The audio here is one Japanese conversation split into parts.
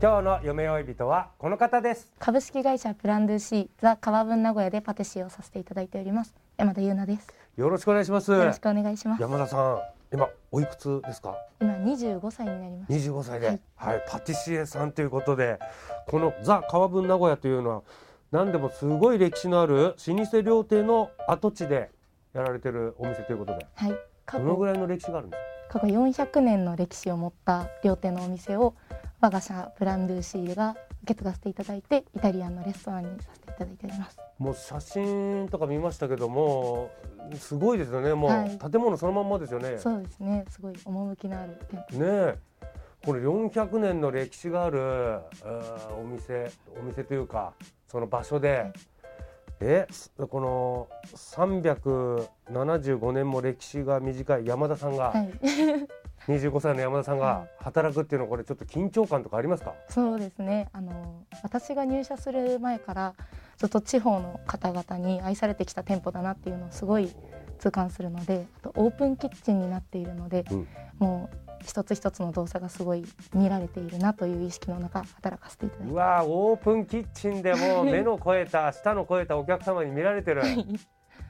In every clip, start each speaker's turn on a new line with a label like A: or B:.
A: 今日の夢追い人はこの方です
B: 株式会社プランドゥ C ザ川分名古屋でパティシエをさせていただいております山田優奈です
A: よろしくお願いします
B: よろしくお願いします
A: 山田さん今おいくつですか
B: 今25歳になります
A: 25歳で、はいパティシエさんということでこのザ・川分名古屋というのは何でもすごい歴史のある老舗料亭の跡地でやられてるお店ということで
B: はい過
A: どのぐ
B: 去
A: らいの歴史があるんですか
B: 過去400年の歴史を持った料亭のお店を我が社プランドゥ C が受け継がせていただいてイタリアンのレストランにさせていただいております
A: もう写真とか見ましたけどもすごいですよねもう、
B: はい
A: 建物そのまんまですよね
B: そうですねすごい趣のある店舗
A: ねえこれ400年の歴史がある、えーお店お店というかその場所で、えすこの375年も歴史が短い山田さんが、
B: はい
A: 25歳の山田さん
B: は
A: が
B: い
A: 働くっていうのはこれちょっと緊張感とかありますか
B: そうですねあの私が入社する前からずっと地方の方々に愛されてきた店舗だなっていうのをすごい痛感するのであとオープンキッチンになっているので、
A: うん
B: もう一つ一つの動作がすごい見られているなという意識の中働かせていただいうて
A: わーオープンキッチンでもう目の超えた舌の超えたお客様に見られてる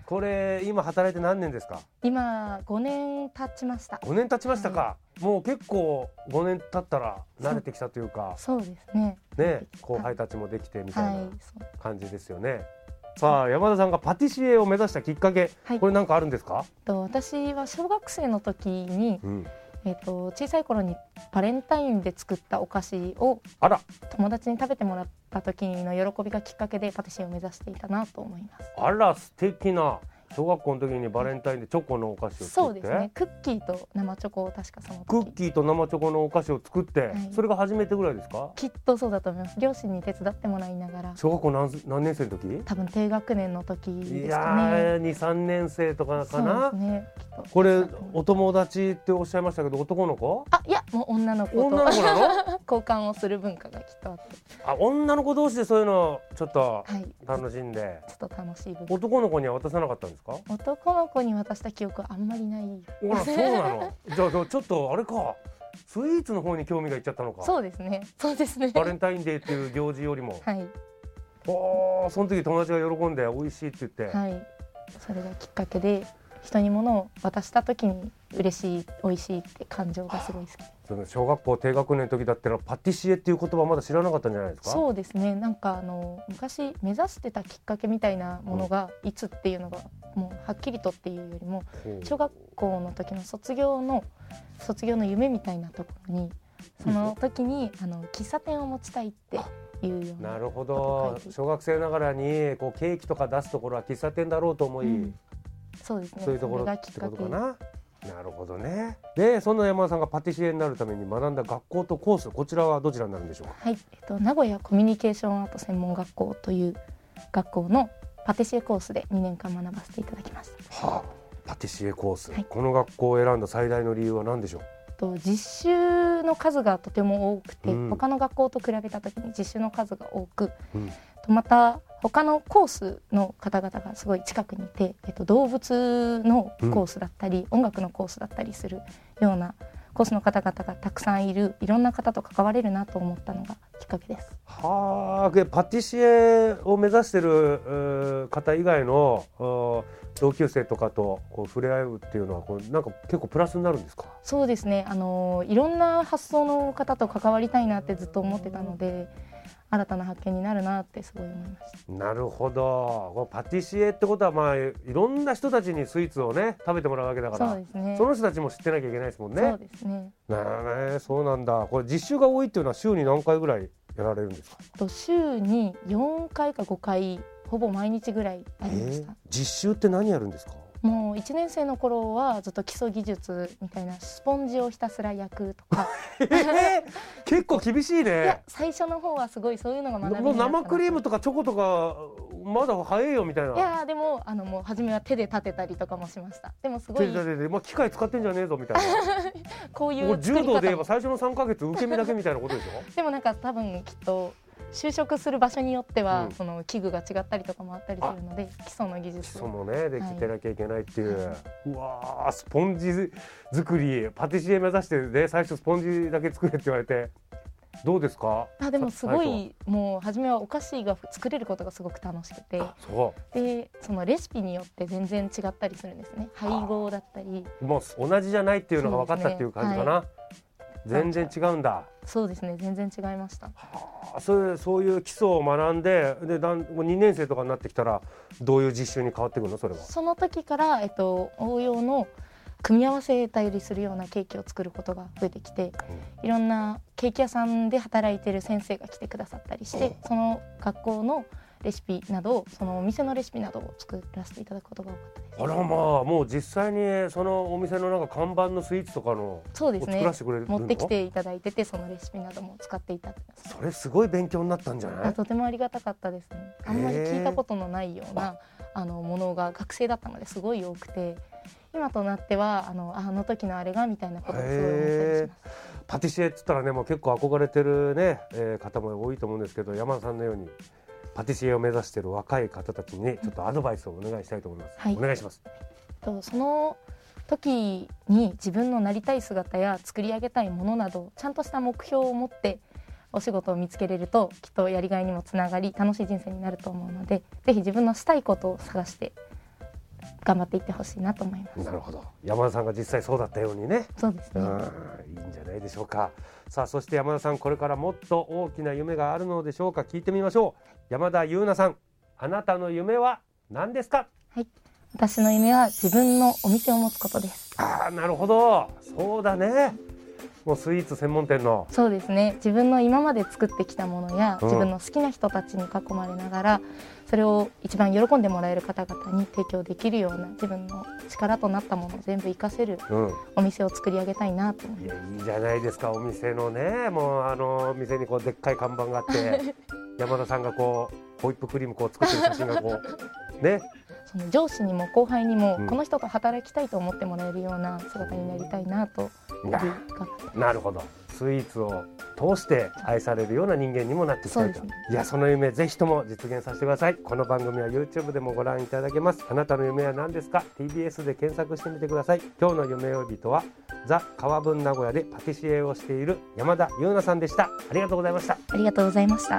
A: これ今働いて何年ですか
B: 今5年経ちました
A: 5年経ちましたか、もう結構5年経ったら慣れてきたというか
B: そうですね
A: ね後輩たちもできてみた
B: はいい
A: な
B: そう
A: 感じですよね、さあ山田さんがパティシエを目指したきっかけ、
B: はい
A: これなんかあるんですか、
B: と私は小学生の時に、
A: うん、
B: えっと小さい頃にバレンタインで作ったお菓子を
A: あら
B: 友達に食べてもらった時の喜びがきっかけでパティシエを目指していたなと思います。
A: あら素敵な小学校の時にバレンタインでチョコのお菓子を作って
B: そうですね。クッキーと生チョコを確かその時
A: クッキーと生チョコのお菓子を作って、
B: い
A: それが初めてぐらいですか
B: きっとそうだと思います。両親に手伝ってもらいながら、
A: 小学校何何年生の時
B: 多分低学年の時
A: い
B: ですかね。
A: やー23年生とかか
B: そう
A: な、
B: ですね。きっと
A: これお友達っておっしゃいましたけど男の子
B: あいやもう女の子と
A: 女の子なの
B: 交換をする文化がきっとあって、
A: あ女の子同士でそういうのちょっと
B: はい、ちょ
A: 楽しんで
B: っと楽しい文化。
A: 男の子には渡さなかったんですか
B: 男の子に渡した記憶はあんまりない。
A: ほらそうなのじゃあじゃあちょっとあれかスイーツの方に興味がいっちゃったのか
B: そうですね。そうですね。
A: バレンタインデーっていう行事よりも、
B: はい
A: おーその時友達が喜んで美味しいって言って、
B: はい、それがきっかけで人に物を渡した時に嬉しい美味しいって感情がすごい好き
A: その小学校低学年の時だったらパティシエっていう言葉まだ知らなかったんじゃないですか
B: そうですねなんかあの昔目指してたきっかけみたいなものがいつっていうのがもうはっきりとっていうよりも
A: ほう
B: 小学校の時の卒業の卒業の夢みたいなところにその時にあの喫茶店を持ちたいっていうような
A: なるほ
B: こと
A: ど
B: 書いて
A: 小学生ながらにこうケーキとか出すところは喫茶店だろうと思い、
B: うんそうですね
A: そういうところ
B: れが
A: っ
B: きってか
A: こと
B: け
A: かな。なるほどね。で、そんな山田さんがパティシエになるために学んだ学校とコース、こちらはどちらになるんでしょうか。
B: はい、えっと、名古屋コミュニケーションアート専門学校という学校のパティシエコースで2年間学ばせていただきました。
A: はあ、パティシエコース、
B: はい
A: この学校を選んだ最大の理由は何でしょう。
B: えっと実習の数がとても多くて、
A: うん
B: 他の学校と比べた時に実習の数が多く、
A: うん
B: とまた他のコースの方々がすごい近くにいて、えっと、動物のコースだったり、音楽のコースだったりするような講師の方々がたくさんいるいろんな方と関われるなと思ったのがきっかけです。
A: はあでパティシエを目指してるうー方以外のうー同級生とかとこう触れ合うっていうのはこうなんか結構プラスになるんですか
B: そうですねあのいろんな発想の方と関わりたいなってずっと思ってたので新たな発見になるなってすごい思いました
A: なるほどこうパティシエってことはまあいろんな人たちにスイーツをね食べてもらうわけだから
B: そうですね
A: その人たちも知ってなきゃいけないですもんね。
B: そうですね
A: ねえねそうなんだこれ実習が多いっていうのは週に何回ぐらいやられるんですか
B: と週に4回か5回ほぼ毎日ぐらいありました、
A: 実習って何やるんですか
B: もう1年生の頃はずっと基礎技術みたいなスポンジをひたすら焼くとか
A: 結構厳しい
B: いや
A: ね
B: 最初の方はすごいそういうのが学びにな
A: もう
B: ったの
A: 生クリームとかチョコとかまだ早いよみたいない
B: やでもあのもう初めは手で立てたりとかもしましたでもすごい
A: 手でもう機械使ってんじゃねえぞみたい
B: こうい
A: なも
B: う
A: う柔
B: 作り
A: 道で言え
B: 方
A: ば
B: も
A: 最初の3か月受け身だけみたいなことでしょ
B: でもなんか多分きっと就職する場所によっては、
A: うん
B: その器具が違ったりとかもあったりするので基礎の技
A: 基
B: 術
A: 礎
B: を
A: もねできてなきゃいけないっていう、
B: は
A: うわースポンジ作りパティシエ目指してね最初スポンジだけ作れって言われてどうですか
B: あでもすご
A: 最初
B: いもう初めはお菓子が作れることがすごく楽しくて
A: そ
B: でそのレシピによって全然違ったりするんですね配合だったり
A: うもう同じじゃないっていうのが分かったっていう感じかな、全然違うんだ
B: そうですね全然違いました
A: あそういうそういう基礎を学んででだんもう2年生とかになってきたらどういう実習に変わってくるのそれは
B: その時から、えっと、応用の組み合わせ頼りするようなケーキを作ることが増えてきていろんなケーキ屋さんで働いてる先生が来てくださったりしてその学校のレシピなどをそのお店のレシピなどを作らせていただくことが多かったです
A: あらまあもう実際にそのお店のなんか看板のスイーツとかの
B: そうで
A: を
B: す
A: 作
B: ね
A: らせてくれるの
B: 持ってきていただいててそのレシピなども使っていただいてます
A: それすごい勉強になったんじゃな
B: あ
A: い
B: とてもありがたかったですねあんまり聞いたことのないよう
A: へ
B: なあのものが学生だったのですごい多くて今となってはあのああの時のあれがみたいなことをすごい思ったりします
A: パティシエっつったらねもう結構憧れてるね、えー方も多いと思うんですけど山田さんのようにパティシエを目指してる若い方たちにちょっとアドバイスをお願いしたいと思います、
B: はい
A: お願いします
B: とその時に自分のなりたい姿や作り上げたいものなどちゃんとした目標を持ってお仕事を見つけれるときっとやりがいにもつながり楽しい人生になると思うのでぜひ自分のしたいことを探して頑張っていってほしいなと思います。
A: なるほど山田さんが実際そうだったようにね
B: そうです
A: う
B: ね
A: んいいんじゃないでしょうかさあそして山田さんこれからもっと大きな夢があるのでしょうか聞いてみましょう山田優奈さんあなたの夢は何ですか
B: 私の夢は自分のお店を持つことです
A: ああなるほどそうだねもうスイーツ専門店の
B: そうですね自分の今まで作ってきたものや、
A: うん
B: 自分の好きな人たちに囲まれながらそれを一番喜んでもらえる方々に提供できるような自分の力となったものを全部活かせる
A: うん
B: お店を作り上げたいなと思い
A: い
B: ま
A: やいいじゃないですかお店のねもうあの店にこうでっかい看板があって山田さんがこうホイップクリームこう作ってる写真がこう ね
B: すその上司にも後輩にも、
A: うん
B: この人と働きたいと思ってもらえるような姿になりたいなと
A: い
B: いう
A: や
B: か
A: なるほどスイーツを通して愛されるような人間にもなっていきたいと、
B: そうですね
A: いやその夢ぜひとも実現させてくださいこの番組は YouTube でもご覧いただけますあなたの夢は何ですか TBS で検索してみてください今日の夢呼びとはザ・川文名古屋でパティシエをしている山田優奈さんでしたありがとうございました
B: ありがとうございました